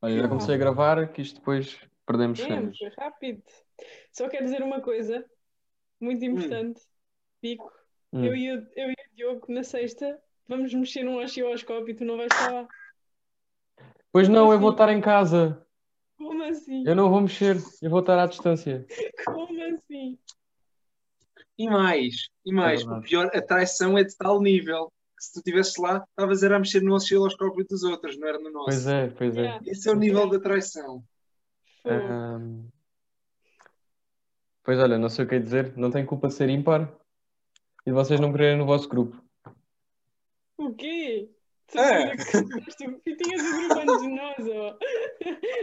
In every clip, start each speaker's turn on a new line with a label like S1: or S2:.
S1: Olha, já comecei a gravar que isto depois perdemos cenas.
S2: Vamos, rápido. Só quero dizer uma coisa muito importante. Pico,
S1: Hum.
S2: eu, e o, eu e o Diogo, na sexta, vamos mexer num osciloscópio e tu não vais estar lá.
S1: Pois não, eu vou estar em casa.
S2: Como assim?
S1: Eu não vou mexer. Eu vou estar à distância.
S2: Como assim?
S3: E mais, e mais,
S1: É
S3: o
S1: verdade.
S3: pior, a traição é de tal nível que se tu estivesse lá, estavas era a mexer no osciloscópio dos outros, não era no nosso.
S1: Pois é, pois é.
S2: Yeah,
S3: Esse é o nível da traição.
S2: fogo.
S1: Ahm, Pois olha, não sei o que é dizer. Não tem culpa de ser ímpar e de vocês não quererem no vosso grupo.
S2: O quê? Tu
S3: É.
S2: e tinhas o grupo antes de nós, ó.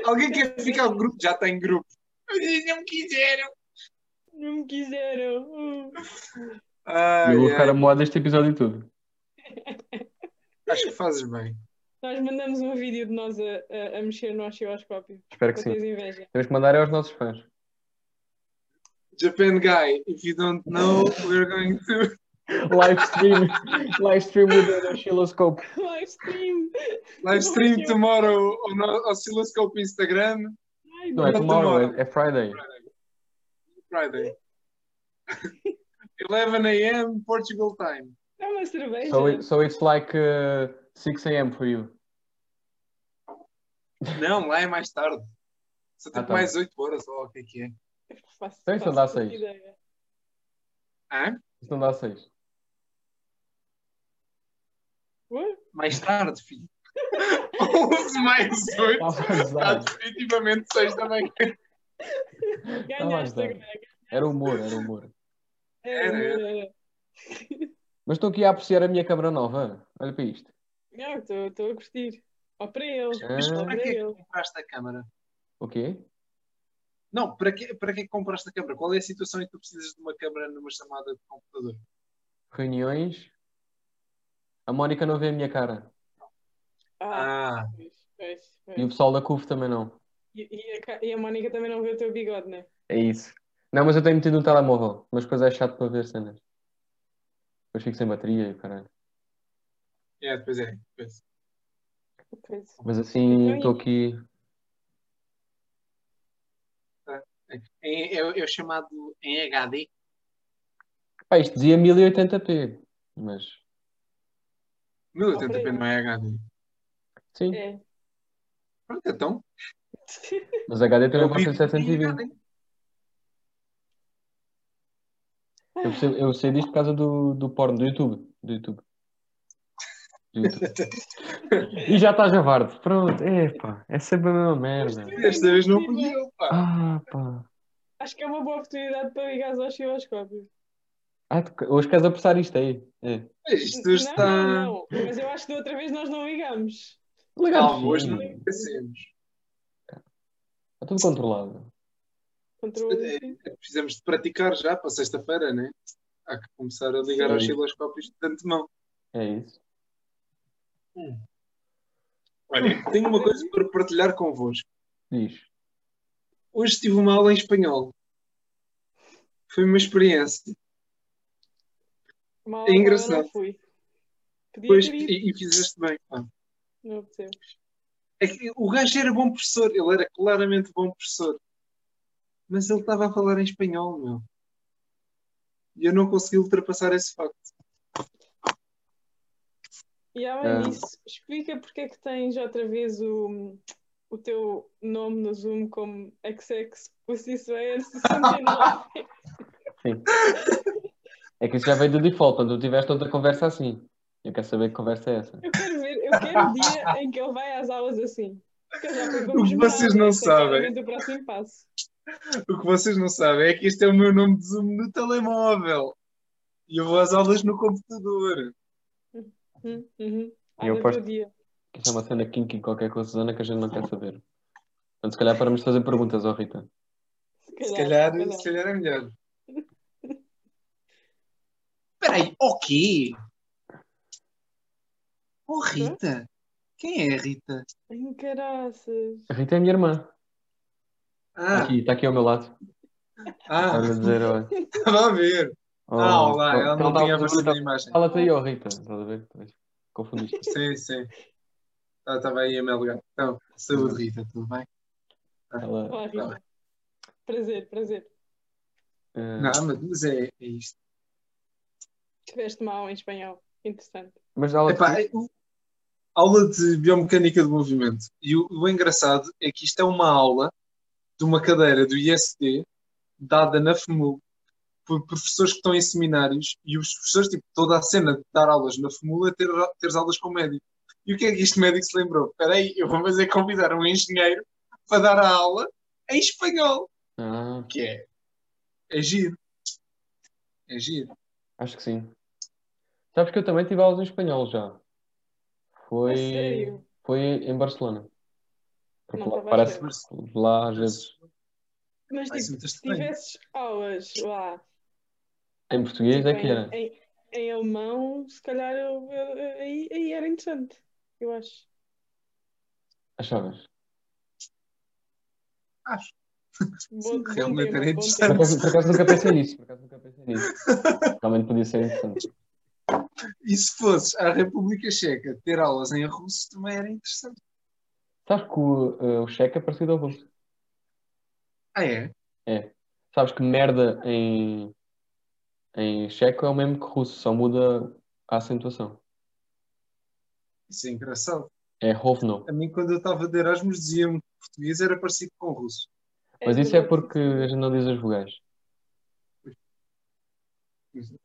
S3: Alguém quer ficar no grupo? Já está em grupo. Mas eles não quiseram.
S2: Não me quiseram. Hum.
S3: Ai,
S1: eu vou
S3: ai,
S1: ficar a moar deste episódio e tudo.
S3: Acho que fazes bem.
S2: Nós mandamos um vídeo de nós a, a- a mexer no osciloscópio.
S1: Espero que sim.
S2: Vocês invejam.
S1: Temos que mandar é aos nossos fãs.
S3: Japan guy, if you don't know, we're going to.
S1: Live stream. Live stream with an oscilloscope.
S2: Live stream.
S3: Live stream tomorrow on our oscilloscope Instagram,
S2: Ai,
S1: Não, é
S3: Não,
S2: Deus.
S1: tomorrow,
S3: tomorrow.
S1: é, é Friday.
S3: Friday. 11 a.m. Portugal time.
S2: Dá é uma cerveja.
S1: So, it, so it's like uh, 6 a.m. for you.
S3: Não, lá é mais tarde. Só tem
S1: Ah, tá.
S3: mais 8 horas, ou lá o que é que é.
S2: Faço-
S1: Então isso
S2: faço
S1: dá seis.
S2: ideia.
S3: Hã?
S1: Isso não dá 6.
S2: Ué?
S3: Mais tarde, filho. 11 mais 8. Está definitivamente 6 da manhã.
S2: Ganhaste É,
S1: dá.
S2: agora.
S1: Era humor, era humor.
S3: É.
S2: Era,
S3: Era.
S2: era.
S1: Mas estou aqui a apreciar a minha câmara nova. Olha para isto.
S2: Não, estou a curtir. Ó para ele.
S3: Mas
S1: Ah.
S2: Ó
S3: para
S2: para
S3: que é que
S2: ele.
S3: compraste a câmara?
S1: O quê?
S3: Não, para que, para que é que compraste a câmara? Qual é a situação em que tu precisas de uma câmara numa chamada de computador?
S1: Reuniões. A Mónica não vê a minha cara.
S2: Ah,
S3: Ah,
S2: pois, pois, pois.
S1: E o pessoal da CUF também não.
S2: E, e a, Ca- e a Mónica também não vê o teu bigode, não é?
S1: É isso. Não, mas eu tenho metido no telemóvel. Mas depois é chato para ver cenas. Depois fico sem bateria e o caralho.
S3: é, depois é. Depois.
S2: Pois.
S1: Mas assim,
S2: Então,
S1: estou aqui.
S3: É, é, é o chamado em HD.
S1: Pá, isto dizia 1080p. Mas.
S3: 1080p não é HD.
S1: Sim.
S2: É.
S3: Pronto, então.
S1: Mas HD também
S3: eu
S1: pode ser
S3: vivo em
S1: 720.
S3: HD.
S1: Eu sei, eu sei disto por causa do, do porno, do YouTube. Do YouTube. Do YouTube. e já estás a varde. Pronto, é pá, é sempre a mesma merda.
S3: Desta vez não podia, pá.
S1: Ah, pá.
S2: Acho que é uma boa oportunidade para ligares ao osciloscópio.
S1: Ah, tu- hoje queres apressar isto aí? É.
S3: Mas isto hoje está.
S2: Não, não, não. Mas eu acho que da outra vez nós não ligamos.
S1: Legal.
S3: Calma, hoje não
S1: Está
S3: esquecemos.
S1: tudo controlado.
S2: Contra o...
S3: é Precisamos de praticar já para sexta-feira, né? Há que começar a ligar
S1: Sim.
S3: aos osciloscópios de antemão.
S1: É isso.
S3: Olha, tenho uma coisa para partilhar convosco.
S1: Diz.
S3: Hoje tive uma aula em espanhol. Foi uma experiência.
S2: Mal,
S3: É engraçado.
S2: eu não fui. Podia
S3: Pois,
S2: ter ido,
S3: e, e fizeste bem. pá.
S2: Não aconteceu.
S3: É que o gajo era bom professor, ele era claramente bom professor. Mas ele estava a falar em espanhol, meu. E eu não consegui ultrapassar esse facto.
S2: E além
S1: Ah.
S2: disso, explica porque é que tens outra vez o, o teu nome no Zoom como XX Pussiswear 69.
S1: É que isso já veio do default, portanto, tu tiveste outra conversa assim. Eu quero saber que conversa é essa.
S2: Eu quero ver, eu quero o dia em que ele vai às aulas assim. Porque já foi como
S3: O que vocês não
S2: esse é claramente O próximo passo.
S3: O que vocês não sabem é que este é o meu nome de Zoom no telemóvel. E eu vou às aulas no computador.
S2: Hum, uhum.
S1: Eu
S2: Olha o
S1: aposto-
S2: teu dia.
S1: Que isso é uma cena kinky qualquer com a Susana que a gente não quer saber. Portanto, se calhar paramos de fazer perguntas, ó Rita.
S3: Se calhar, se calhar é melhor. Peraí, o quê? Oh, Rita? Quem é a Rita?
S2: Ai, caraças.
S1: A Rita é a minha irmã. Está
S3: Ah,
S1: aqui, está aqui ao meu lado.
S3: ah,
S1: Estás a dizer, olha.
S3: estava a ver.
S1: Oh,
S3: Ah, olá, ela não
S1: tava-
S3: tinha aparecido
S1: tava-
S3: na imagem.
S1: Fala-te aí, ó Rita, estás a ver? Pois, Confundiste.
S3: Sim, sim. Ah, estava aí a Melga. Então, saúde, Rita, tudo bem?
S1: Ela,
S2: Olá, Rita.
S3: Tá
S2: Prazer, prazer.
S1: eh,
S3: Não, mas, mas é, é isto.
S2: Estiveste mal em espanhol. Interessante.
S1: mas ela
S3: Epá, é- o- aula de biomecânica do movimento. E o, o engraçado é que isto é uma aula de uma cadeira do IST dada na FMUL por professores que estão em seminários e os professores, tipo, toda a cena de dar aulas na FMUL é ter, ter aulas com médico. E o que é que este médico se lembrou? Espera aí, eu vou fazer convidar um engenheiro para dar a aula em espanhol.
S1: Ah,
S3: Que é, é giro. É giro.
S1: acho que sim. Sabes que eu também tive aulas em espanhol já.
S2: A
S1: Foi,
S2: sério.
S1: foi em Barcelona. Porque
S2: Não
S1: lá,
S2: estava à
S1: parece
S2: espera.
S1: lá às vezes
S2: Mas
S3: Ai, isso é
S2: tipo,
S3: muito
S2: se
S3: estranho.
S2: tivesses aulas lá
S1: em português é
S2: tipo,
S1: que era.
S2: em, em, em alemão, se calhar eu- eu- eu- aí, aí era interessante, eu acho.
S1: Achavas?
S3: Acho.
S2: Bom,
S3: Sim,
S2: bom
S3: realmente
S2: tema,
S3: era
S2: bom
S1: Por
S3: interessante.
S1: acaso, por acaso nunca pensei nisso. Por acaso nunca pensei nisso. Realmente podia ser interessante.
S3: E se fosses à República Checa ter aulas em russo também era interessante.
S1: Sabes que o, eh, o cheque é parecido ao russo.
S3: Ah, é?
S1: Sabes que merda em, em checo é o mesmo que russo, só muda a acentuação.
S3: Isso é engraçado.
S1: É rovno.
S3: A mim, quando eu estava de Erasmus, diziam-me que português era parecido com o russo.
S2: tema.
S1: Mas isso é
S2: verdade.
S1: porque a gente não diz as vogais.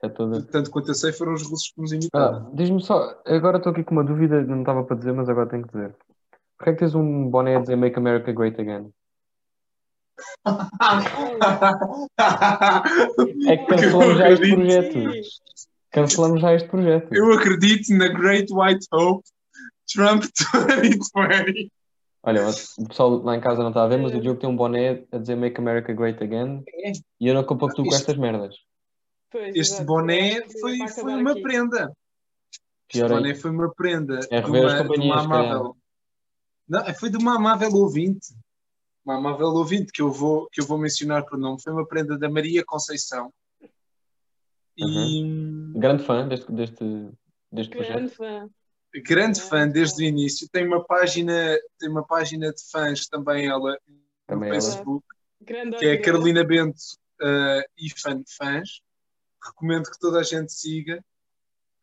S1: É toda...
S3: Tanto quanto eu sei, foram os russos que nos imitaram.
S1: Ah, Diz-me só, agora estou aqui com uma dúvida, não estava para dizer, mas agora tenho que dizer. Porquê é que tens um boné a dizer Make America Great Again?
S3: Ah.
S1: É que cancelamos já este projeto.
S2: Sim.
S1: Cancelamos já este projeto.
S3: eu acredito na Great White Hope Trump 2020.
S1: Olha, o pessoal lá em casa não está a ver, mas o Diogo tem um boné a dizer Make America Great Again e eu não compactuo com
S3: Isto-
S1: estas merdas.
S2: Pois,
S3: Este
S2: exato. Eu
S3: boné
S2: acho que
S3: foi,
S2: vai
S3: foi
S2: acabar
S3: uma
S2: aqui.
S3: prenda. Este
S1: Pior é
S3: boné
S1: ainda.
S3: foi uma prenda
S1: É
S3: de
S1: rever as
S3: uma, de uma
S1: companhias, se calhar.
S3: amável. Não, é, foi de uma amável ouvinte. Uma amável ouvinte que eu vou, que eu vou mencionar por nome. Foi uma prenda da Maria Conceição. E
S1: Grande fã deste, deste, deste
S2: Grande
S1: projeto.
S2: fã.
S3: grande fã desde o início. Tem uma página, tem uma página de fãs também ela no
S1: Também ela.
S3: Facebook,
S2: Grande
S3: que é
S2: olho.
S3: Carolina Bento eh, e fã de fãs. Recomendo que toda a gente siga.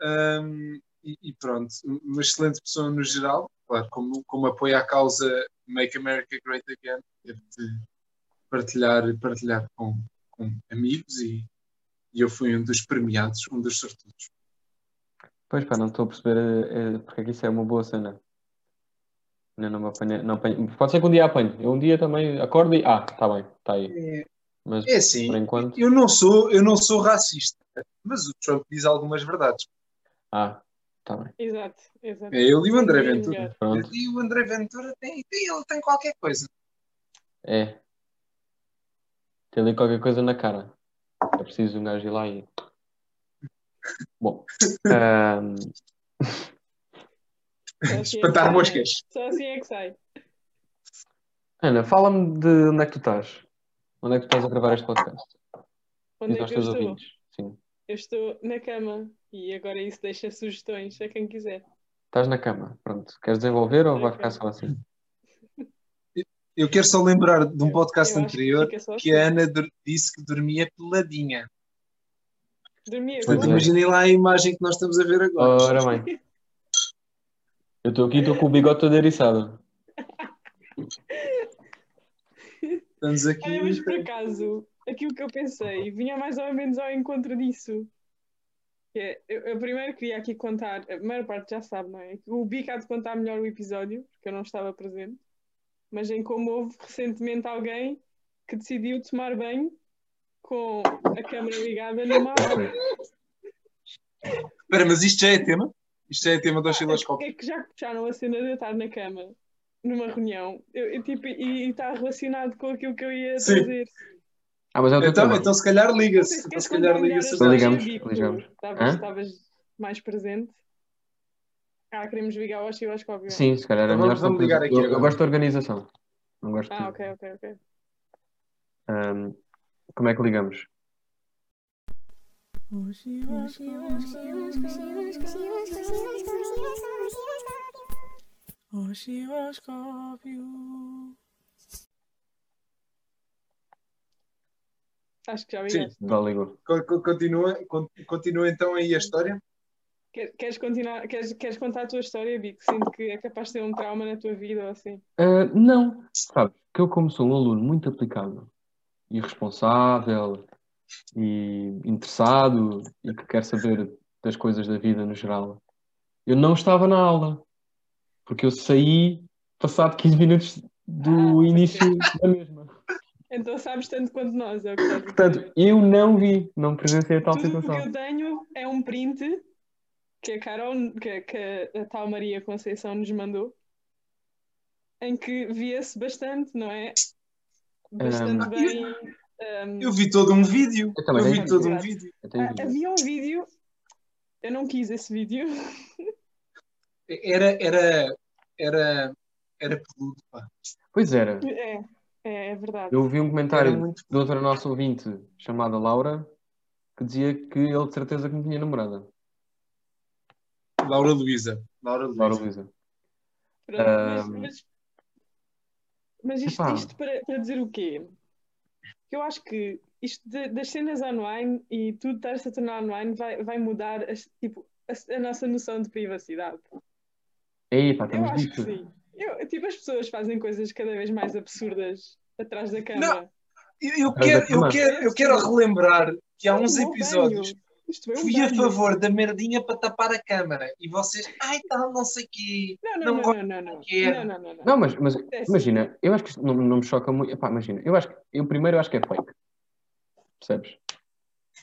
S3: Ahm, e, e pronto, um, uma excelente pessoa no geral, claro, como, como apoia a causa Make America Great Again, teve de partilhar, partilhar com, com amigos e, e eu fui um dos premiados, um dos sortudos.
S1: Pois pá, não estou a perceber eh, eh, porque é que isso é uma boa cena. Não, não me apanha, não apanha. Pode ser que um dia apanhe. Eu um dia também acordo e. Ah, está bem, está aí.
S3: É,
S1: Mas
S3: é assim,
S1: por enquanto.
S3: eu não sou, eu não sou racista, mas o Trump diz algumas verdades.
S1: Ah, está bem.
S2: Exato, exato.
S3: É ele e o André
S2: Ninguém
S3: Ventura.
S2: melhor.
S1: Pronto.
S3: E o André Ventura tem, tem- ele tem qualquer coisa.
S1: É. Tem ali qualquer coisa na cara. É preciso um gajo ir lá e. Bom. ahm,
S2: Só assim é que
S3: Espantar
S2: sai,
S3: moscas.
S2: né? Só assim é que sai.
S1: Ana, fala-me de onde é que tu estás. Onde é que tu estás a gravar este podcast?
S2: Onde
S1: Diz
S2: é
S1: aos
S2: que eu
S1: teus
S2: estou?
S1: ouvintes. Sim.
S2: Eu estou na cama e agora isso deixa sugestões a quem quiser.
S1: Estás na cama. Pronto. Queres desenvolver ou
S2: Na
S1: vai ficar
S2: cama.
S1: só assim?
S3: Eu quero só lembrar de um podcast
S2: Eu acho que
S3: anterior
S2: fica só
S3: que é a Ana dur- disse que dormia peladinha.
S2: assim. Dormia
S1: Pois
S3: Portanto,
S1: é.
S2: com
S3: imaginem lá a imagem que nós estamos a ver agora.
S1: Ora bem. Eu estou aqui, estou com o bigode todo eriçado. Oh.
S3: Estamos aqui.
S2: Olha, É, mas por acaso, aquilo que eu pensei vinha mais ou menos ao encontro disso. Que é, eu, eu primeiro queria aqui contar, a maior parte já sabe, não é? O Bico há de contar melhor o episódio, porque eu não estava presente, mas em como houve recentemente alguém que decidiu tomar banho com a câmera ligada numa hora.
S1: Ah,
S3: Espera, mas isto já é tema? Isto já é tema do osciloscópio.
S2: É que já que puxaram a cena de eu estar na cama numa reunião eu, eu, tipo, e e está relacionado com aquilo que eu ia
S3: Sim.
S2: trazer.
S1: Ah, mas é o teu
S3: Então,
S1: tema.
S3: então se calhar liga-se. Então, se calhar liga-se.
S1: Então,
S3: agora.
S1: ligamos, ligamos. Hã?
S2: Estavas mais presente. Ah, queremos ligar ao osciloscópio.
S1: Sim, se calhar é
S3: Então
S1: melhor.
S3: vamos-
S1: só
S3: vamos
S1: por-
S3: ligar aqui
S1: eu, eu
S3: agora.
S1: gosto de organização. Não gosto de-
S2: Ah, ok, ok, ok.
S1: Ahm, como é que ligamos?
S4: Oscilloscópio. Oscilloscópio. Oscilloscópio. Oscilloscópio. Oshiroscópio.
S2: Acho que já
S3: Sim.
S2: vingaste.
S1: Valigor.
S3: Co- co- Continua, con- continua então aí a história?
S2: Quer- Queres, continuar, queres, queres contar a tua história, Bico? Sinto que é capaz de ter um trauma na tua vida ou assim.
S1: Ah, não, sabes, que eu como sou um aluno muito aplicado e responsável e interessado e que quer saber das coisas da vida no geral, eu não estava na aula, porque eu saí passado 15 minutos
S3: Ah,
S1: do início da mesma.
S2: Então sabes tanto quanto nós. É o que estás a dizer.
S1: Portanto, eu não vi, não presenciei a tal
S2: Tudo o que
S1: situação.
S2: eu tenho é um print que a Carol, que, que a tal Maria Conceição nos mandou, em que via-se bastante, não é? Bastante
S1: Hum.
S3: Um,
S2: bem. um,
S3: Eu vi todo um vídeo.
S1: Eu
S3: Eu
S1: também
S3: vi
S1: vi.
S3: todo um vídeo.
S1: Eu
S2: ah,
S1: tenho dúvida.
S2: havia um vídeo, eu não quis esse vídeo,
S3: Era, era, era, era peludo, pá.
S1: Pois era.
S2: é, é, é verdade.
S1: Eu ouvi um comentário
S3: Era muito-
S1: de outra nossa ouvinte chamada Laura que dizia que ele de certeza que não tinha namorada.
S3: Laura Luísa. Laura Luísa.
S1: Laura Luísa.
S2: Pronto,
S3: ah,
S2: mas,
S1: Um,
S2: mas, mas isto,
S1: epá.
S2: isto para, para dizer o quê? Que Eu acho que isto de- das cenas online e tudo estar-se a tornar online vai, vai mudar as- tipo, a, a nossa noção de privacidade.
S1: Ei, pá,
S3: É
S2: Eu
S1: estamos
S2: acho
S1: disto.
S2: que sim. Eu, tipo, as pessoas fazem coisas cada vez mais absurdas atrás da câmera.
S3: Eu, eu quero, eu,
S1: Mas-
S3: quero, eu quero relembrar que há
S2: Eu
S3: uns
S2: tomei um
S3: episódios
S2: banho. Isto foi um
S3: fui a
S2: banho.
S3: favor da merdinha para tapar a câmara e vocês, ai tal, não sei o quê.
S2: Não,
S3: Não
S2: não, não,
S3: gosto é.
S2: não, não, não.
S3: quero.
S2: Não, não, não, não.
S1: Não, mas, mas
S2: É assim.
S1: imagina, eu acho que isto não, não me choca muito. Epá, imagina, eu acho que eu primeiro acho que é fake. Percebes?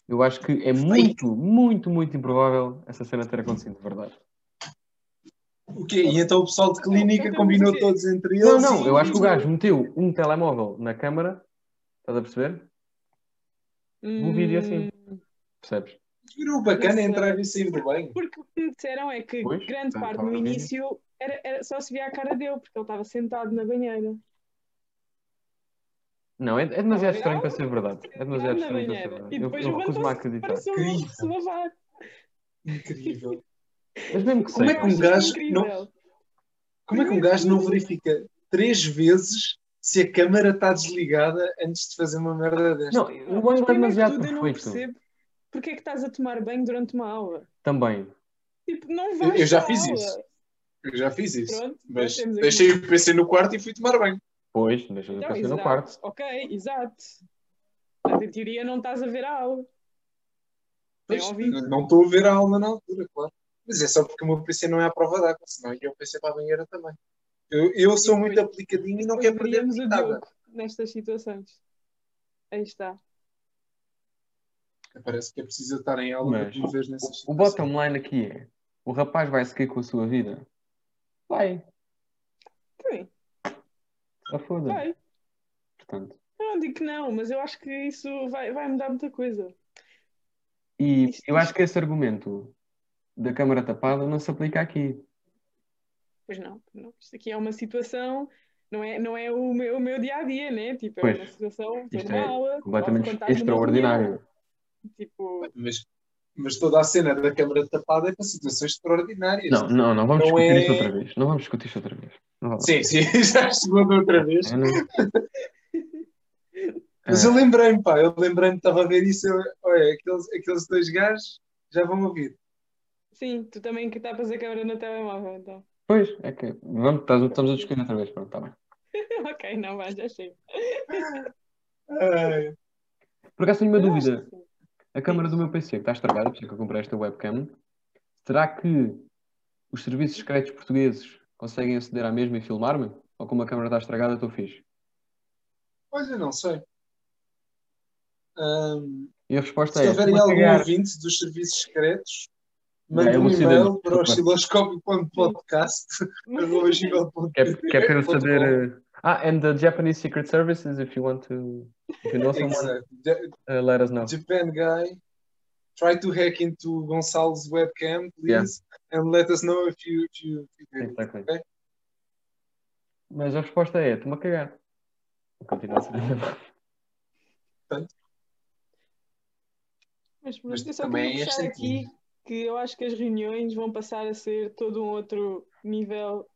S1: Eu acho que é muito, muito, muito improvável essa cena ter acontecido de verdade.
S3: O quê? E então o pessoal de
S2: Então,
S3: clínica
S2: então,
S3: combinou
S2: porquê?
S3: todos entre eles?
S1: Não, não,
S3: e-
S1: eu acho que o gajo meteu um telemóvel na câmara, estás a perceber? Um vídeo assim.
S2: Hum,
S1: Percebes?
S3: Virou bacana
S2: Isso.
S3: entrar e sair do banho.
S2: Porque é o que me disseram é que
S1: Pois,
S2: grande
S1: tá-
S2: parte
S1: tava
S2: no
S1: no vídeo.
S2: início era, era- só se via a cara dele, porque ele estava sentado na banheira.
S1: Não, é, é demasiado
S2: Não,
S1: estranho
S2: não.
S1: para ser verdade. É demasiado
S2: na
S1: estranho para ser
S2: banheira.
S1: verdade.
S2: E
S1: Eu,
S2: depois
S1: eu recuso-me a
S2: levantou-se
S1: acreditar.
S2: para se lavar- se lavar. é
S3: Incrível.
S1: Mas mesmo que
S3: Como é
S1: seja.
S3: que um gajo
S2: Incrível.
S3: Como é que um gajo não verifica três vezes se a câmara está desligada antes de fazer uma merda desta?
S1: Não, o ângulo é
S2: Primeiro que
S1: demasiado
S2: tudo, eu não
S1: perfeito.
S2: percebo porque é que estás a tomar banho durante uma aula.
S1: Também.
S2: Tipo, não vais
S3: eu já
S2: para a
S3: fiz
S2: aula.
S3: isso. Eu já fiz isso.
S2: Pronto,
S3: Mas
S2: temos aqui-
S3: deixei o PC no quarto e fui tomar banho.
S1: Pois, deixa eu
S2: Então,
S1: aparecer
S2: exato.
S1: no quarto.
S2: Ok, exato. Portanto, em teoria não estás a ver a aula. Tem
S3: Pois,
S2: ouvido.
S3: não estou a ver a aula na altura, claro. Mas é só porque o meu PC não é à prova d'água, senão eu o PC para a banheira também. Eu, eu sou muito aplicadinho
S1: é
S3: e não quero perder
S2: Poderíamos o
S3: nada.
S2: Diogo nestas situações. Aí está.
S3: Parece que é preciso eu estar em aula para
S1: Mas-
S3: te mover nessas
S1: O
S3: situações.
S1: bottom line aqui é: o rapaz vai seguir com a sua vida? Vai,
S2: Bem,
S1: a foda.
S2: vai.
S1: Portanto.
S2: Eu não digo que não, mas eu acho que isso vai, vai mudar muita coisa.
S1: E
S2: Isto-
S1: eu acho que esse argumento da câmara tapada não se aplica aqui.
S2: Pois não, não. Isto aqui é uma situação, não é, não é o, meu, o meu dia a dia, né? Tipo, é
S1: Pois.
S2: uma situação, estou
S1: Isto
S2: numa
S1: é
S2: aula,
S1: Completamente
S2: posso contar numa reunião,
S1: extraordinário.
S2: Tipo,
S3: Mas, mas toda a cena da câmara tapada é para situações extraordinárias.
S1: Não, não, não vamos
S3: Não
S1: discutir
S3: é-
S1: isto outra vez. Não vamos discutir isto outra vez. Não vale.
S3: Sim, sim, já chegou da outra vez.
S1: Eu não-
S3: Mas eu
S1: É,
S3: lembrei-me, pá, eu lembrei-me, estava a ver isso. eu- olha, aqueles, aqueles dois gajos já vão ouvir.
S2: sim, tu também que tapas a câmera no telemóvel, então.
S1: Pois, é que vamos, estás- estamos a discutir outra vez. Pronto, está bem.
S2: ok, não vai, já chego.
S3: Ai,
S1: Por acaso tenho uma
S2: Eu
S1: dúvida.
S2: acho que sim.
S1: A câmara do meu PC que está estragada, por isso é que eu comprei esta webcam. Será que os serviços secretos portugueses conseguem aceder à mesma e filmar-me? Ou como a câmara está estragada, estou fixe?
S3: olha, não sei. Ahm,
S1: E a resposta
S3: se
S1: é...
S3: houver
S1: vou
S3: aí algum
S1: cagar.
S3: ouvinte dos serviços secretos,
S1: Não,
S3: manda
S1: eu
S3: um
S1: vou ser
S3: e-mail
S1: dele.
S3: para o osciloscópio.podcast. arroba gmail.com.
S1: Quer, quer quero é saber... uh, Ah, and the Japanese Secret Services, if you want to... If you know someone,
S3: Exato. Ja-
S1: uh, let us know.
S3: Japan guy, try to hack into Gonçalo's webcam, please, and let us know if you, if you, if you did it.
S1: Exactly.
S3: Ok.
S1: Mas a resposta é, estou-me a cagar. Continua a ser...
S2: Mas, pronto,
S3: Mas
S2: eu só
S3: também
S2: queria
S3: é
S2: fechar
S3: este
S2: aqui que eu acho que as reuniões vão passar a ser todo um outro nível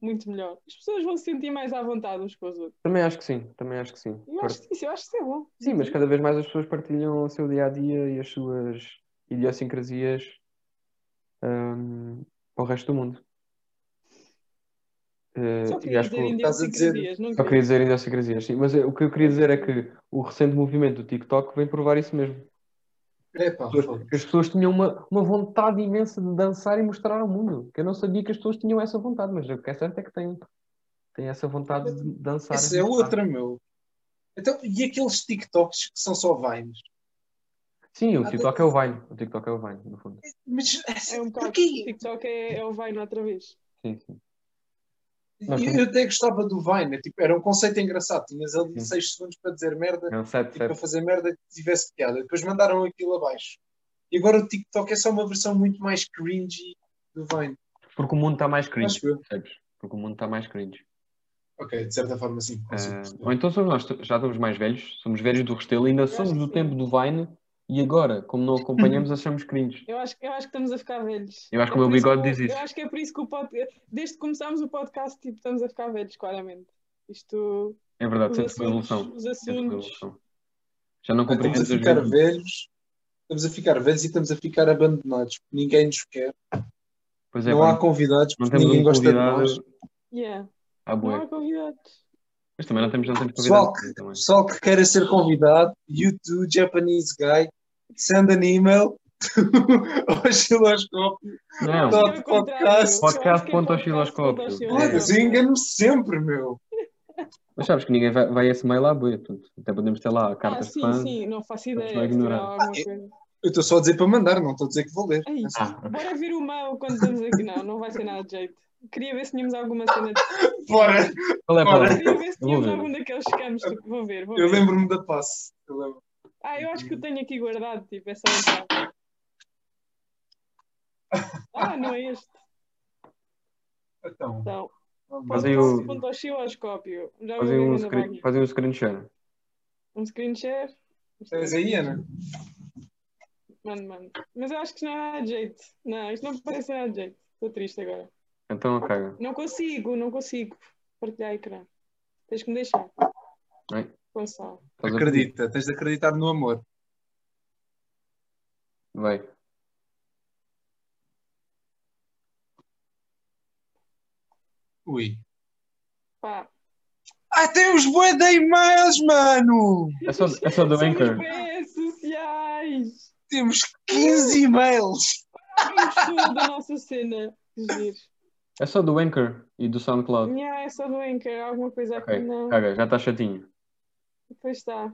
S2: muito melhor. As pessoas vão se sentir mais à vontade uns com os outros.
S1: Também acho que sim, também acho que sim.
S2: Eu acho que isso, eu acho que isso é bom.
S1: Sim, mas cada vez mais as pessoas partilham o seu dia a dia e as suas idiosincrasias hum, para o resto do mundo. Eh,
S2: Só
S1: e
S2: queria
S1: acho
S2: dizer
S1: que o-
S3: Estás a dizer-
S2: idiosincrasias, não
S1: só
S2: queria.
S1: queria dizer idiosincrasias, sim. Mas eh, o que eu queria dizer é que o recente movimento do TikTok vem provar isso mesmo.
S3: É pá,
S1: As pessoas- As pessoas tinham uma, uma vontade imensa de dançar e mostrar ao mundo. Que eu não sabia que as pessoas tinham essa vontade, mas o que é certo é que têm. Têm essa vontade de dançar. e
S3: essa é
S1: mostrar.
S3: outra, meu. Então, e aqueles TikToks que são só vines?
S1: Sim, o
S3: Ah,
S1: TikTok é o Vine. O TikTok é o Vine, no fundo.
S3: Mas assim,
S2: É um bocado.
S3: porquê?
S2: TikTok é, é o Vine outra vez.
S1: Sim, sim. Nós
S3: Eu, eu até gostava do Vine, é tipo, era um conceito engraçado. Tinhas ali
S1: Sim.
S3: 6 segundos para dizer merda,
S1: Não, certo,
S3: tipo, para
S1: certo.
S3: fazer merda que tivesse piada. Depois mandaram aquilo abaixo. E agora o TikTok é só uma versão muito mais cringy do Vine.
S1: Porque o mundo está mais cringe,
S3: Acho eu.
S1: percebes? Porque o mundo está mais cringe.
S3: Ok, de certa forma sim. consigo
S1: Ah,
S3: perceber.
S1: ou então somos nós, já estamos mais velhos, somos velhos do Restelo, ainda
S2: acho
S1: somos
S2: que
S1: do
S2: sim.
S1: tempo do Vine e agora, como não acompanhamos, achamos cringe.
S2: Eu acho, eu acho que estamos a ficar velhos.
S1: Eu acho que
S2: É
S1: o meu
S2: por isso
S1: bigode
S2: que-
S1: diz isso.
S2: Eu acho que é por isso que o podcast. Desde que começámos o podcast, tipo, estamos a ficar velhos, claramente. Isto.
S1: É verdade,
S2: Os
S1: sente uma
S2: assuntos,
S1: evolução.
S2: os
S1: Sente uma
S2: assuntos.
S1: evolução. Já não
S3: Estamos a
S1: compreendemos as
S3: ficar
S1: vezes.
S3: velhos. Estamos a ficar velhos e estamos a ficar abandonados. porque Ninguém nos quer.
S1: Pois é,
S3: Não há
S1: pá,
S3: convidados
S1: não
S3: porque
S1: temos
S3: ninguém
S1: um
S3: gosta de nós.
S1: convidado
S2: Yeah.
S1: à
S2: Não há
S1: boa.
S2: convidados.
S1: Mas também não temos, assim não temos
S3: Pessoal
S1: convidado também.
S3: Pessoal que queira ser convidado, you too, Japanese guy, send an email ao osciloscópio.
S1: Não,
S3: Não.
S2: Eu é contrário.
S3: podcast.
S2: Eu acho que é
S1: Podcast ponto osciloscópio.
S3: Foda-se, eu engano-me sempre, meu.
S1: mas sabes que ninguém vai, vai a esse mail à boa. tudo. Até podemos ter lá
S2: Ah,
S1: cartas de
S2: sim,
S1: fã.
S2: sim, não faço ideia.
S1: vai
S2: se tiver
S1: ignorar.
S2: alguma
S3: Ah, eu-
S2: coisa.
S3: Eu estou só a dizer para mandar, não estou a dizer que vou ler.
S2: Ai,
S1: Ah,
S2: Bora ver o mal quando estamos aqui. Não, não vai ser nada de jeito. Queria ver se tínhamos alguma cena. De...
S3: Bora!
S1: qual é a
S3: Ora.
S1: palavra?
S2: Queria ver se
S1: Eu vou
S2: tínhamos
S1: ver.
S2: algum daqueles scams. Tipo, vou ver, vou
S3: Eu
S2: ver.
S3: lembro-me da passe. Eu lembro.
S2: Ah, eu acho que eu tenho aqui guardado, tipo, é só entrar. Ah, não é este.
S3: Então,
S2: Então,
S3: vamos
S1: Mas
S3: lá.
S1: aí eu-
S2: ponto ao osciloscópio. Já
S1: Fazem
S2: vou
S1: um,
S2: ver
S1: screen,
S2: ainda
S1: fazem um screen share.
S2: Um screen share.
S3: Estás aí, Ana?
S2: Mano, mano. Mas eu acho que isto não é nada de jeito. Não, isto não me parece nada de jeito. Estou triste agora.
S1: Então, ok.
S2: Não consigo, não consigo partilhar ecrã. Tens que me deixar.
S1: Bem.
S2: Gonçalo.
S1: Estás a-
S3: Acredita, tens de acreditar no amor.
S1: Vai.
S3: Ui.
S2: Pá.
S3: Ah, tem os bué de e-mails, mano!
S1: É só, é só do
S2: Somos
S1: Anchor.
S2: bem sociais.
S3: Temos 15 e-mails!
S2: Temos tudo da nossa cena. Que giro.
S1: É só do Anchor e do SoundCloud.
S2: Minha é só do Anchor. Alguma coisa aqui
S1: Ok,
S2: não.
S1: caga, já está chatinho.
S2: Depois está.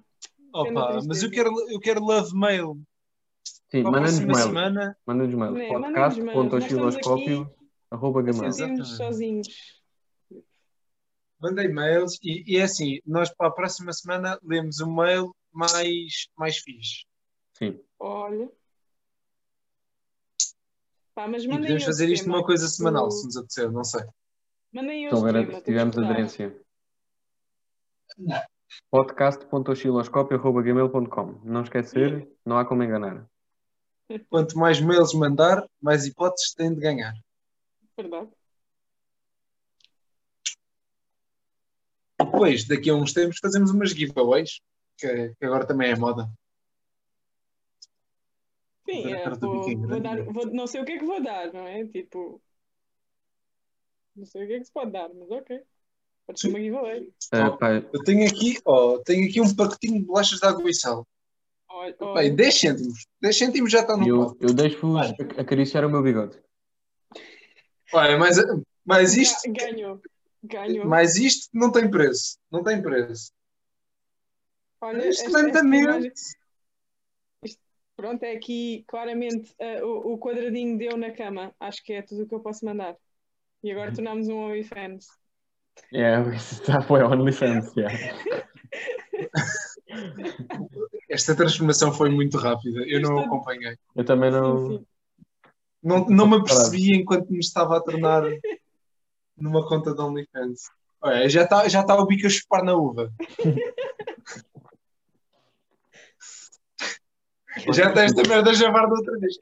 S3: Opa,
S2: tristeza.
S3: mas eu quero, eu quero love mail.
S1: Sim,
S3: Para a
S1: manda-nos
S3: próxima
S1: mail.
S3: semana.
S1: Manda-nos
S2: Né,
S1: mail.
S2: manda-nos mail. Nós estamos
S1: Podcast.osciloscópio arroba gmail.
S3: Exato.
S2: Sentimos sozinhos.
S3: Manda e-mails e, e é assim, nós para a próxima semana lemos o mail mais, mais fixe.
S1: Sim.
S2: Olha. Pá, mas
S3: E
S2: mandem
S3: podemos
S2: outro
S3: fazer isto
S2: tema.
S3: numa coisa semanal,
S2: Eu-
S3: se nos apetecer, não sei.
S1: Se,
S2: Mandem outro
S1: houver-
S2: tema.
S1: se
S2: temos
S1: tivermos
S2: que dar.
S1: Então, aderência.
S3: Não.
S1: Podcast.osciloscópio.gmail.com Não esquecer, não há como enganar.
S3: Quanto mais mails mandar, mais hipóteses têm de ganhar.
S2: Verdade.
S3: Depois, daqui a uns tempos, fazemos umas giveaways, que, que agora também é moda.
S2: Sim,
S3: Agora
S2: é,
S3: quero do
S2: vou,
S3: Viking,
S2: vou dar,
S1: né?
S3: grande
S2: vou- não sei o que é que vou dar, não é? Tipo. Não sei o que é que se pode dar, mas ok. Pode ser uma giveaway.
S1: Ah,
S3: Oh.
S1: pá,
S3: Eu tenho aqui, ó, tenho aqui um pacotinho de bolachas de água e sal.
S2: Olha,
S3: Bem,
S2: olha.
S3: 10 cêntimos. 10 cêntimos já está no
S1: eu
S3: pote.
S1: eu deixo-vos
S3: Vai.
S1: acariciar o meu bigode.
S3: Olha, mas, mas isto,
S2: ga- Ganhou. Ganhou.
S3: mas isto não tem preço. Não tem preço.
S2: Olha,
S3: Isto
S2: esta- esta
S3: lentamente.
S2: imagem- Pronto, é aqui claramente eh, o, o quadradinho deu na cama. Acho que é tudo o que eu posso mandar. E agora
S1: Uhum.
S2: tornámos um OnlyFans.
S1: É, isso está foi OnlyFans. yeah.
S3: Esta transformação foi muito rápida. Eu não
S2: Esta-
S3: acompanhei.
S1: Eu também não.
S2: Sim, sim.
S3: Não, não me apercebi enquanto me estava a tornar numa conta de OnlyFans. Olha, já está já tá o bico a chupar na uva. já está esta merda a javar da outra vez.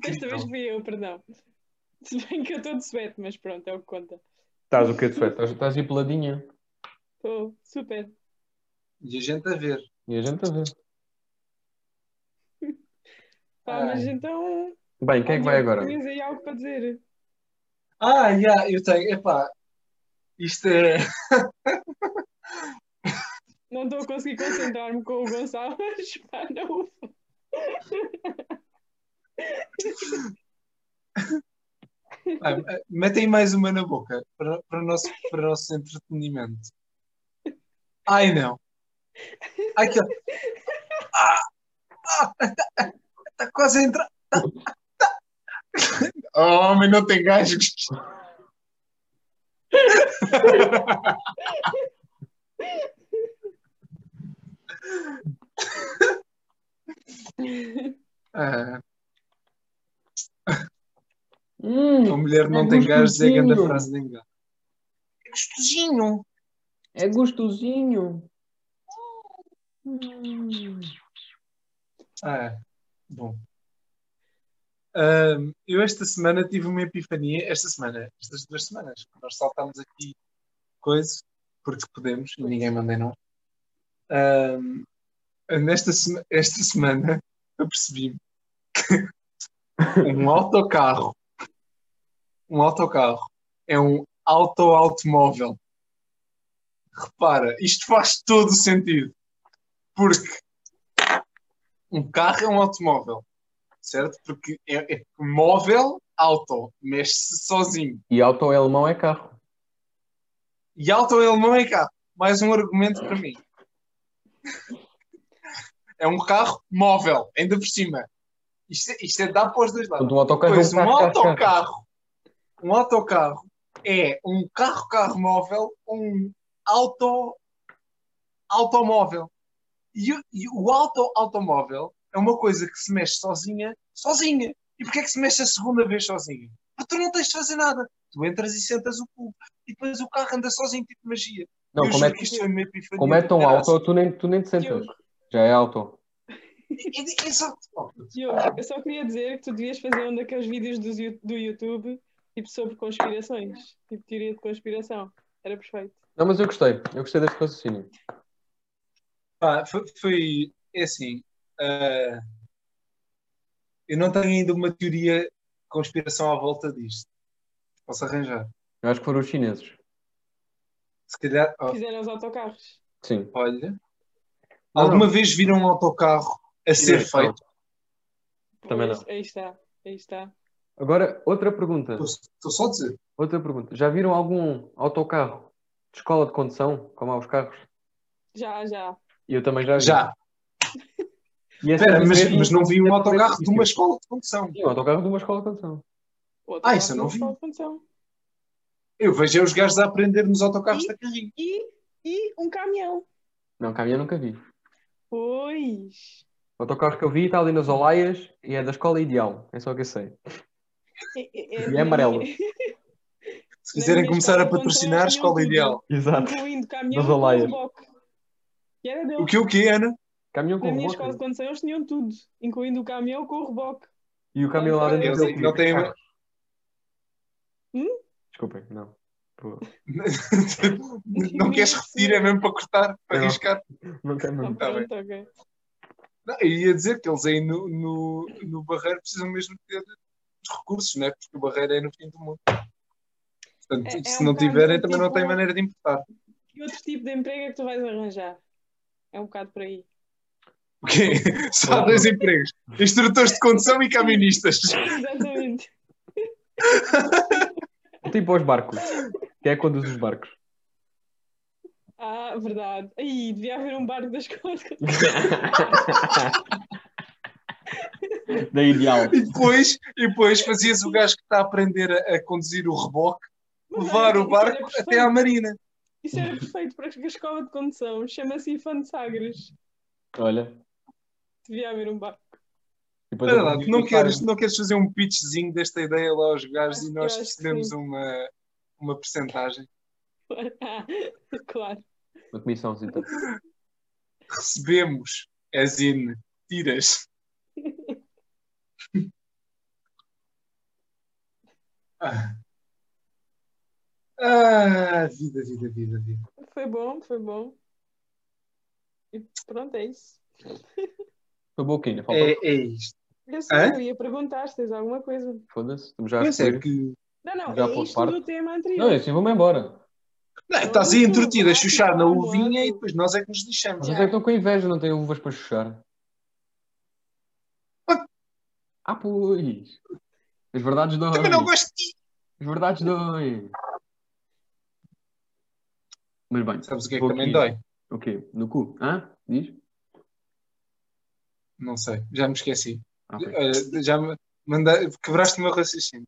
S2: Desta vez fui eu, perdão. Se bem que eu estou de sweat, mas pronto, é o que conta.
S1: Estás o quê de suéter? Estás- Estás aí peladinha.
S2: Estou super.
S3: E a gente a ver.
S1: E a gente a ver.
S2: Pá, mas
S3: Ai.
S2: então.
S1: Bem, quem é que vai agora?
S2: Tens aí algo para dizer?
S3: Ah, yeah, eu tenho. Epá, isto é.
S2: Não estou a conseguir concentrar-me com o Gonçalves. Pá, não.
S3: Ah, metem mais uma na boca para, para, o nosso, para o nosso entretenimento. Ai não. Ai que. Ah, ah, tá- tá quase a entrar. Tá- tá. Oh, homem, não tem gasgos. Ah, a
S1: Hum,
S3: mulher não
S1: É
S3: tem gasgos é a grande
S1: gostosinho.
S3: frase de engano. É Gostosinho.
S1: é gostosinho.
S3: Ah, bom. Ahm, eu esta semana tive uma epifania, esta semana, estas duas semanas, nós saltámos aqui coisa, porque podemos, e ninguém manda em nós. Ahm, nesta sema- esta semana eu percebi que um autocarro, um autocarro é um auto-automóvel. Repara, isto faz todo o sentido, porque um carro é um automóvel, certo? Porque é, é móvel, auto, mexe-se sozinho.
S1: E auto em alemão é carro.
S3: E auto ele não é carro. Mais um argumento para mim. É um carro móvel, ainda por cima. Isto, é- isto é dar para os dois lados.
S1: Portanto, um autocarro
S3: Pois
S1: é um
S3: um
S1: carro, carro, carro.
S3: autocarro, um autocarro é um carro-carro móvel, um auto automóvel. E, o- e o auto automóvel é uma coisa que se mexe sozinha, sozinha. E porquê é que se mexe a segunda vez sozinha? Porque tu não tens de fazer nada. Tu entras e sentas o cubo. E depois o carro anda sozinho, tipo magia.
S1: Não,
S3: Eu
S1: como é,
S3: juro que isto foi uma epifania
S1: como é
S3: do
S1: tão
S3: caraças.
S1: alto, tu nem, tu nem te sentas.
S2: Diogo,
S1: Já é alto.
S3: E- e- Exato. Oh, puto.
S2: Diogo, eu só queria dizer que tu devias fazer um daqueles vídeos do, do YouTube tipo sobre conspirações, tipo teoria de conspiração. Era perfeito.
S1: Não, mas eu gostei. Eu gostei deste raciocínio.
S3: Pá, foi, foi- é assim. ah, eu não tenho ainda uma teoria de conspiração à volta disto. Posso arranjar.
S1: Eu acho que foram os chineses.
S3: Se calhar, oh,
S2: Fizeram os autocarros.
S1: Sim.
S3: olha.
S1: Não,
S3: Alguma
S1: não.
S3: vez viram um autocarro a ser
S1: Não.
S3: feito?
S1: Também
S2: Pois,
S1: não.
S2: Aí está, aí está.
S1: Agora, outra pergunta.
S3: Estou estou só a dizer.
S1: Outra pergunta. Já viram algum autocarro de escola de condução, como há os carros?
S2: Já, já.
S1: E eu também já vi.
S3: Já.
S1: E é
S3: Espera,
S1: sempre
S3: mas,
S1: mesmo-
S3: mas não vi
S1: é
S3: um
S1: sempre
S3: autocarro de
S1: mesmo
S3: uma
S1: sítio.
S3: escola de condução.
S1: Sim, um autocarro de uma escola de condução.
S2: O
S3: Ah, isso eu não
S2: autocarro
S3: vi.
S2: só função.
S3: Eu vejo é os gajos a aprender nos autocarros
S2: E?
S3: da carrinha.
S2: E, e um caminhão.
S1: Não, caminhão nunca vi.
S2: Pois.
S1: O autocarro que eu vi está ali nas Olaias e é da escola ideal. É só o que eu sei. E é amarelo.
S3: Se quiserem
S2: minha
S3: começar
S2: escola
S3: a
S2: de condução tinha
S3: patrocinar a
S2: um
S3: escola
S2: tubo.
S3: ideal.
S1: Exato.
S2: Incluindo caminhão
S1: Nas
S2: com
S1: Olaias.
S2: reboque. E era
S3: O
S2: deles.
S3: que é o que, Ana?
S1: Caminhão
S2: Na
S1: com
S2: minha escola de
S1: reboque.
S2: condução eles tinham tudo, incluindo o caminhão com o reboque.
S1: E o caminhão
S3: Então,
S1: lá dentro
S2: Eles
S1: deu o quê?
S3: não têm-
S1: Carros.
S2: Hum?
S1: Desculpem, não. Por favor.
S3: Não queres repetir, é mesmo para cortar, para
S1: Não.
S3: arriscar.
S1: Não quero
S2: Ah,
S1: mesmo.
S3: Tá bem.
S2: pronto, ok.
S3: Não, eu ia dizer que eles aí no, no, no Barreiro precisam mesmo ter os recursos, né? porque o Barreiro é no fim do mundo. Portanto,
S2: É- é
S3: se
S2: um
S3: não
S2: bocado
S3: tiverem, também não
S2: tipo-
S3: tem maneira de importar.
S2: Que outro tipo de emprego é que tu vais arranjar? É um bocado por aí.
S3: Porque só há dois empregos: instrutores de condução e camionistas.
S2: Exatamente.
S1: Tipo aos barcos. Quem é que conduz os barcos?
S2: Ah, verdade. Aí, devia haver um barco das escolas.
S1: da ideal.
S3: E depois, e depois fazias o gajo que está a aprender a, a conduzir o reboque, levar o barco até à marina.
S2: Isso era perfeito para a escola de condução. Chama-se Infante Sagres.
S1: Olha.
S2: Devia haver um barco.
S1: e depois
S3: Espera
S1: eu
S3: lá,
S1: conduzo
S3: tu não
S1: os barcos.
S3: queres, não queres fazer um pitchzinho desta ideia lá aos gajos e
S2: Eu
S3: nós
S2: acho que
S3: recebemos
S2: sim.
S3: uma, uma percentagem?
S2: claro.
S1: Uma comissão, então.
S3: recebemos as in tiras. Ah. Ah, vida, vida, vida, vida.
S2: Foi bom, foi bom. E pronto, é isso.
S1: Foi bom o quê? Ainda falta.
S3: É, é isto.
S2: Eu sei,
S3: Hã?
S2: eu ia perguntar se tens alguma coisa.
S1: Foda-se, estamos já a
S3: Mas é
S1: escolher.
S3: que.
S2: Não, não,
S1: Já
S2: é
S1: pôs
S2: isto
S1: parte?
S2: do tema anterior.
S1: Não, eu assim vou-me embora.
S3: Não, é estás aí entretida a chuchar na uvinha e depois nós é que nos
S1: Mas
S3: lixamos.
S1: é que estão com inveja, não têm uvas para chuchar. Ah, pois. As verdades dói.
S3: Também não gosto de ti.
S1: As verdades dói. Mas bem.
S3: Sabes o que é que
S1: vou
S3: também
S1: aqui.
S3: dói?
S1: O quê? No cu? Hã? Diz?
S3: Não sei, já me esqueci.
S1: Ah, ok.
S3: Olha, já me manda... quebraste o meu raciocínio.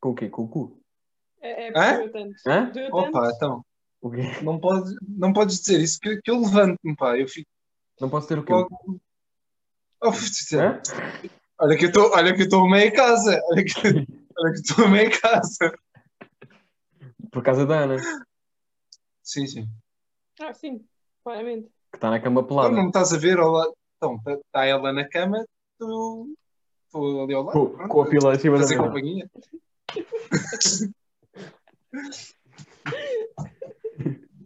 S1: Com o quê? Com o cu?
S2: É, é
S3: Hã?
S2: porque doeu tanto.
S1: Hã?
S2: Doeu tanto.
S3: Opa, então,
S1: O quê?
S3: não podes, não podes dizer isso, que, que eu levanto-me, pá. Eu fico
S1: Não posso ter o quê?
S3: logo. Oh,
S1: Hã?
S3: olha que eu estou- olha que eu estou a meia casa. Olha que olha que eu estou a meia casa.
S1: Por causa da Ana, que
S3: Sim, sim.
S2: Ah, sim, claramente.
S1: está tá na cama
S3: Então,
S1: pelada.
S3: não me estás a ver? Olá. Então, está ela na cama, tu. Estou ali ao lado.
S1: Com, com a pila em cima da
S3: Fazer
S1: mesa.
S3: companhia.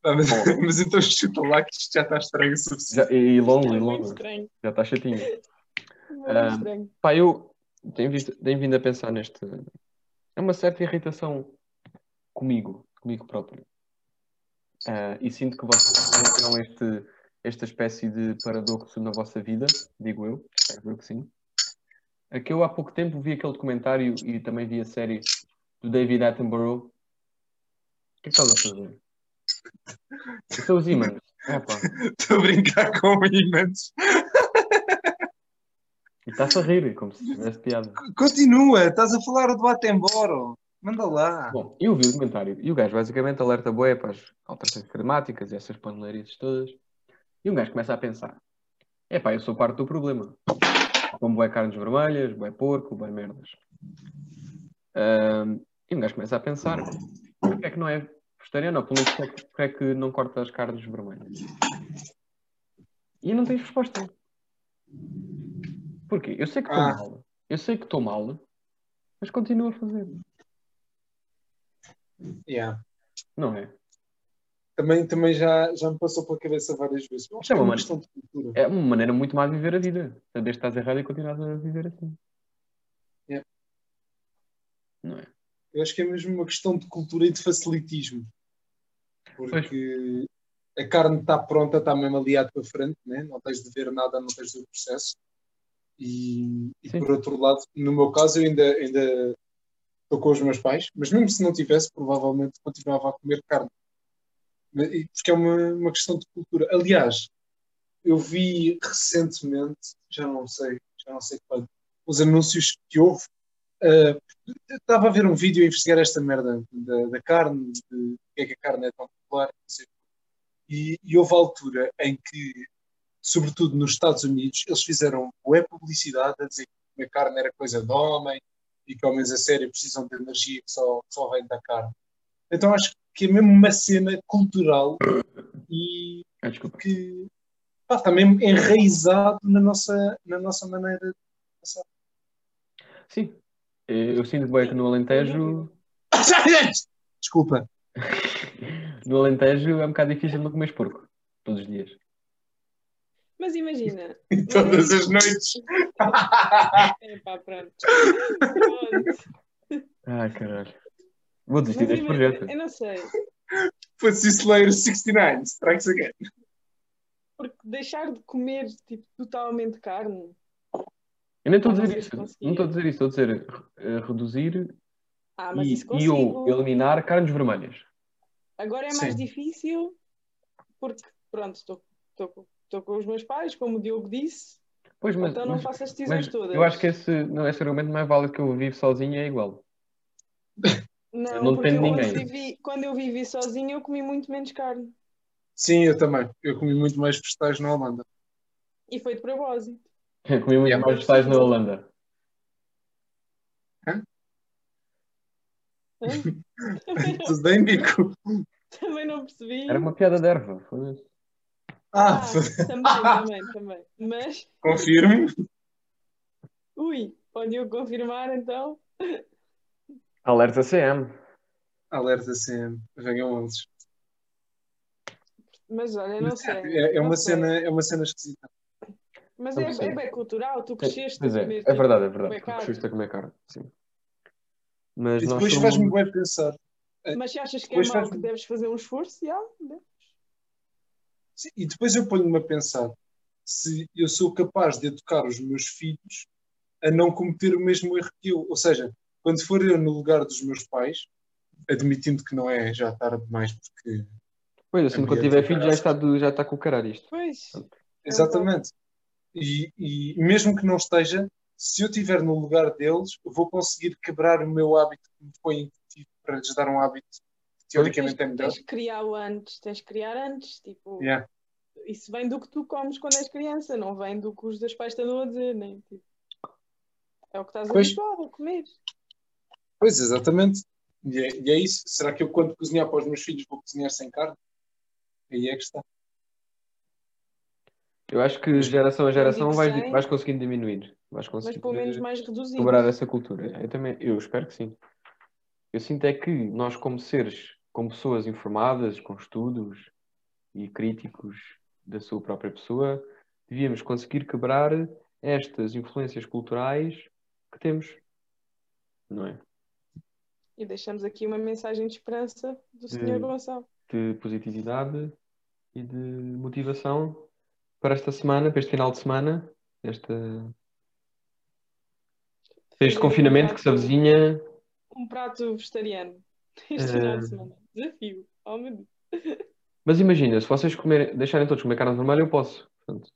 S3: Pá, mas,
S1: Bom.
S3: mas então chuta lá que isto já está estranho o suficiente.
S1: Já- e longo,
S2: Isto é
S1: e
S2: muito
S1: longo.
S2: estranho.
S1: Já está chatinho.
S2: Muito
S1: Ah.
S2: estranho.
S1: Pá, eu tenho, visto- tenho vindo a pensar neste. É uma certa irritação comigo, comigo próprio. Ah, e sinto que vocês encontram este, esta espécie de paradoxo na vossa vida, digo eu, espero eu que sim. É que eu há pouco tempo vi aquele documentário e também vi a série do David Attenborough. O que é que estás a fazer? Os teus ímãs. Ah, pá.
S3: Estou a brincar com imãs.
S1: E está-se a rir, como se tivesse piada.
S3: Continua, estás a falar do Atemboro. Manda lá.
S1: Ah, Bom, eu vi o documentário e o gajo basicamente alerta boé para as alterações climáticas e essas paneleirices todas. E um gajo começa a pensar: é pá, eu sou parte do problema. Como boé carnes vermelhas, boé porco, boé merdas. Ahm, e um gajo começa a pensar: porque é que não é vegetariano ou pelo menos porque é que- porque é que não corta as carnes vermelhas? E não tens resposta. Porquê? Eu sei que estou
S3: Ah.
S1: mal, eu sei que estou mal, mas continuo a fazer,
S3: Yeah.
S1: não é?
S3: Também, também já, já me passou pela cabeça várias vezes. Bom,
S1: Chama,
S3: é uma
S1: mano.
S3: questão de cultura.
S1: É uma maneira muito má de viver a vida. Saber que estás errado e continuar a viver assim.
S3: É.
S1: Não é?
S3: Eu acho que é mesmo uma questão de cultura e de facilitismo. Porque a carne está pronta, está mesmo aliada para frente, né? não tens de ver nada, não tens de ver o processo. E, e
S1: Sim.
S3: por outro lado, no meu caso, eu ainda, ainda estou com os meus pais, mas mesmo se não tivesse, provavelmente continuava a comer carne. Mas- e- Porque é uma, uma questão de cultura. Aliás, eu vi recentemente, já não sei, já não sei quando, os anúncios que houve. ah, estava a ver um vídeo a investigar esta merda da, da carne, de porque é que a carne é tão popular, não sei. E, e houve a altura em que, sobretudo nos Estados Unidos, eles fizeram boa publicidade a dizer que comer carne era coisa de homem e que homens a sério precisam de energia que só, que só vem da carne. Então acho que é mesmo uma cena cultural e
S1: Ah, desculpa.
S3: que pá, está mesmo enraizado na nossa, na nossa maneira.
S1: Sim. Eh, Eu sinto bem que no Alentejo.
S3: Desculpa.
S1: No Alentejo é um bocado difícil não comer porco. Todos os dias.
S2: Mas imagina.
S3: Todas as noites.
S2: Epá, pronto. Pronto.
S1: Ai, caralho. Vou
S2: Mas
S1: desistir deste
S2: imagina, é
S1: projeto.
S2: eu não sei.
S3: Fosse isso Slayer 69, strikes again.
S2: Porque deixar de comer tipo, totalmente carne.
S1: Eu nem estou a
S2: não
S1: dizer
S2: sei se
S1: isso.
S2: conseguia.
S1: Não estou a dizer isso. Estou a dizer eh, reduzir
S2: Ah, mas isso
S1: e, e
S2: consigo.
S1: ou eliminar carnes vermelhas.
S2: Agora é mais
S3: Sim.
S2: difícil porque, pronto, estou- estou com- estou com os meus pais, como o Diogo disse,
S1: Pois, mas.
S2: então não
S1: mas-
S2: faço as decisões
S1: mas
S2: todas.
S1: eu acho que esse, não, esse argumento não é válido que eu vivo sozinho é igual.
S2: Não,
S1: Eu não
S2: porque
S1: dependo de
S2: quando
S1: ninguém.
S2: vivi- quando eu vivi sozinha, eu comi muito menos carne.
S3: Sim, eu também. Eu comi muito mais vegetais na Holanda.
S2: E foi de propósito.
S1: Comi muito
S3: É,
S1: mais
S3: mas-
S1: vegetais na Holanda.
S2: Também não,
S3: Tudo bem, Bico?
S2: também não percebi.
S1: Era uma piada de erva. foda-se.
S2: Ah,
S3: Ah,
S2: também, também, também. Mas,
S3: confirmo.
S2: ui, Pode o confirmar então?
S1: Alerta CM.
S3: Alerta CM, venham eles.
S2: Mas olha, não sei.
S3: É, é
S2: não
S3: uma
S2: sei.
S3: cena, é uma cena esquisita.
S2: Mas
S1: Não
S2: é,
S1: sei.
S2: é bem cultural, tu
S1: Pois
S2: cresceste.
S1: é,
S2: mesmo.
S1: é verdade, é
S2: Como
S1: verdade.
S2: é
S1: Porque
S2: caro.
S1: Justo é como é caro, sim. Mas um-
S3: E
S1: nós
S3: depois
S1: somos-
S3: faz-me bem pensar.
S2: Mas se achas que é
S3: Pois
S2: mau
S1: assim.
S3: faz-
S2: que deves fazer um esforço, já, né?
S3: Sim, E depois eu ponho-me a pensar se eu sou capaz de educar os meus filhos a não cometer o mesmo erro que eu. Ou seja, quando for eu no lugar dos meus pais, admitindo que não é já tarde demais, porque.
S1: Pois, assim,
S3: É
S1: quando
S3: bilhete,
S1: tiver filho já
S3: caraças.
S1: está, do- já está com o caralho isto.
S2: Pois.
S3: Exatamente. E, e mesmo que não esteja, se eu estiver no lugar deles, eu vou conseguir quebrar o meu hábito que me foi incutido para lhes dar um hábito que teoricamente é melhor.
S2: Tens de criar o antes, tens de criar antes, tipo,
S3: Yeah.
S2: isso vem do que tu comes quando és criança, não vem do que os teus pais te andam a dizer, nem tipo. É o que estás
S3: Pois.
S2: habituado a comer.
S3: Pois, exatamente. E é, e é isso. Será que eu, quando cozinhar para os meus filhos, vou cozinhar sem carne? Aí é que está.
S1: Eu acho que geração a geração
S2: digo
S1: vais,
S2: sem.
S1: vais conseguindo diminuir. Vais
S2: Mas
S1: conseguindo
S2: pelo menos mais reduzido.
S1: quebrar essa cultura. Eu também, eu espero que sim. Eu sinto é que nós, como seres, como pessoas informadas, com estudos e críticos da sua própria pessoa, devíamos conseguir quebrar estas influências culturais que temos. Não é?
S2: E deixamos aqui uma mensagem de esperança do Sr.
S1: Hum.
S2: Gonçalo.
S1: de positividade e de motivação para esta semana, para este final de semana, esta,
S2: é
S1: este confinamento que se avizinha.
S2: Um prato vegetariano. Este final de
S1: Eh.
S2: semana. Desafio. Oh, meu Deus.
S1: Mas imagina, se vocês comerem, deixarem todos comer carne vermelha, eu posso. Portanto,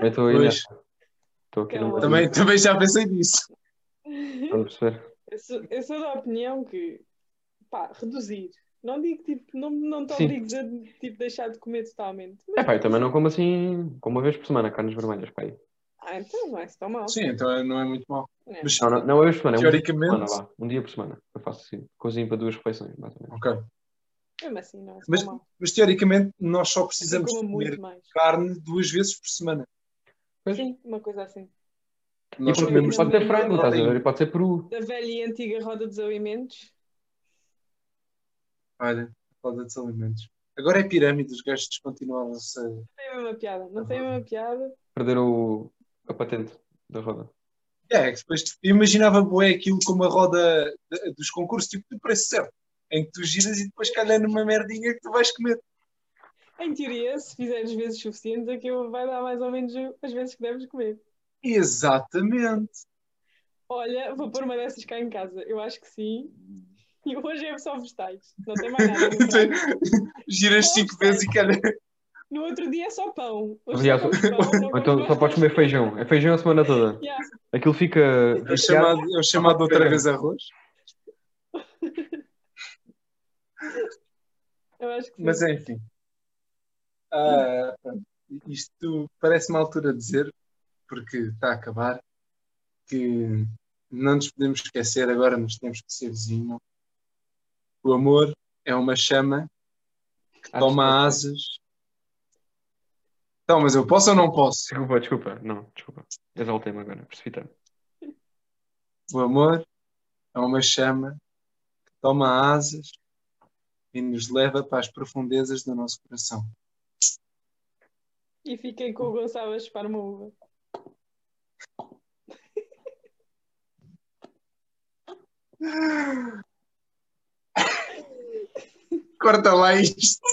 S1: eu estou aí.
S3: Pois.
S1: nessa. Estou aqui
S2: Calma.
S1: numa-
S3: Também, também já pensei nisso.
S1: Estão a perceber?
S2: Eu sou, eu sou da opinião que, pá, reduzir. Não digo, tipo, não, não te
S1: Sim.
S2: obrigues a tipo, deixar de comer totalmente.
S1: É pá, eu também não como assim, como uma vez por semana, carnes vermelhas, pá. aí.
S2: Ah, então não é tão mal.
S3: Sim, então é- não é muito mau.
S2: É.
S3: Mas,
S1: Não, não, não é uma vez por semana, é um dia por semana,
S3: teoricamente.
S1: vá. Um dia por semana. Eu faço assim, cozinho para duas refeições, mais ou menos.
S3: ok.
S2: Mesmo assim, não é
S3: Mas
S2: tão mal.
S3: Mas teoricamente nós só
S2: Eu
S3: precisamos
S2: como
S3: comer
S2: muito mais.
S3: carne duas vezes por semana.
S1: Pois.
S2: Sim, uma coisa assim.
S1: E
S3: Nós
S1: pode,
S3: comemos
S1: pode ser
S2: muito
S1: frango,
S2: bem,
S1: estás a ver?
S3: proteína.
S1: E Pode ser peru.
S2: Da velha e antiga roda dos alimentos.
S3: Olha, roda dos alimentos. Agora é pirâmide, os gajos descontinuaram-se.
S2: Não tem a mesma piada. Não tem a mesma piada.
S1: perderam a patente da roda.
S3: É, que depois eu imaginava boé aquilo como a roda de- dos concursos, tipo do preço certo, em que tu giras e depois calha numa merdinha que tu vais comer.
S2: Em teoria, se fizeres vezes suficientes, aquilo vai dar mais ou menos as vezes que deves comer.
S3: Exatamente.
S2: Olha, vou pôr uma dessas cá em casa. Eu acho que sim. E hoje é só vegetais. Não tem mais nada. no prato.
S3: Giras cinco vezes e é calha.
S2: No outro dia é só pão. Hoje é
S1: Aliás,
S2: só comes pão, não
S1: ou então
S2: comes
S1: só
S2: mais
S1: podes comer feijão. É feijão a semana toda.
S2: Yeah.
S1: Aquilo fica.
S3: É o chamado, é o chamado outra vez arroz.
S2: Eu acho que sim.
S3: Mas enfim. Ah, isto parece-me a altura de dizer, porque está a acabar, que não nos podemos esquecer agora, mas temos que ser vizinho. O amor é uma chama que
S1: Ah,
S3: toma
S1: desculpa.
S3: asas. Então, mas eu posso ou não posso?
S1: Desculpa, desculpa. Não, desculpa. Exaltei-me agora, precipitei-me.
S3: O amor é uma chama que toma asas e nos leva para as profundezas do nosso coração.
S1: é-
S2: E fiquem com o Gonçalo a chupar uma uva.
S3: Corta lá isto.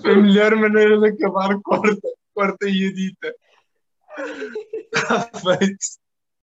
S3: Foi a melhor maneira de acabar. Corta, corta e edita. Está feito.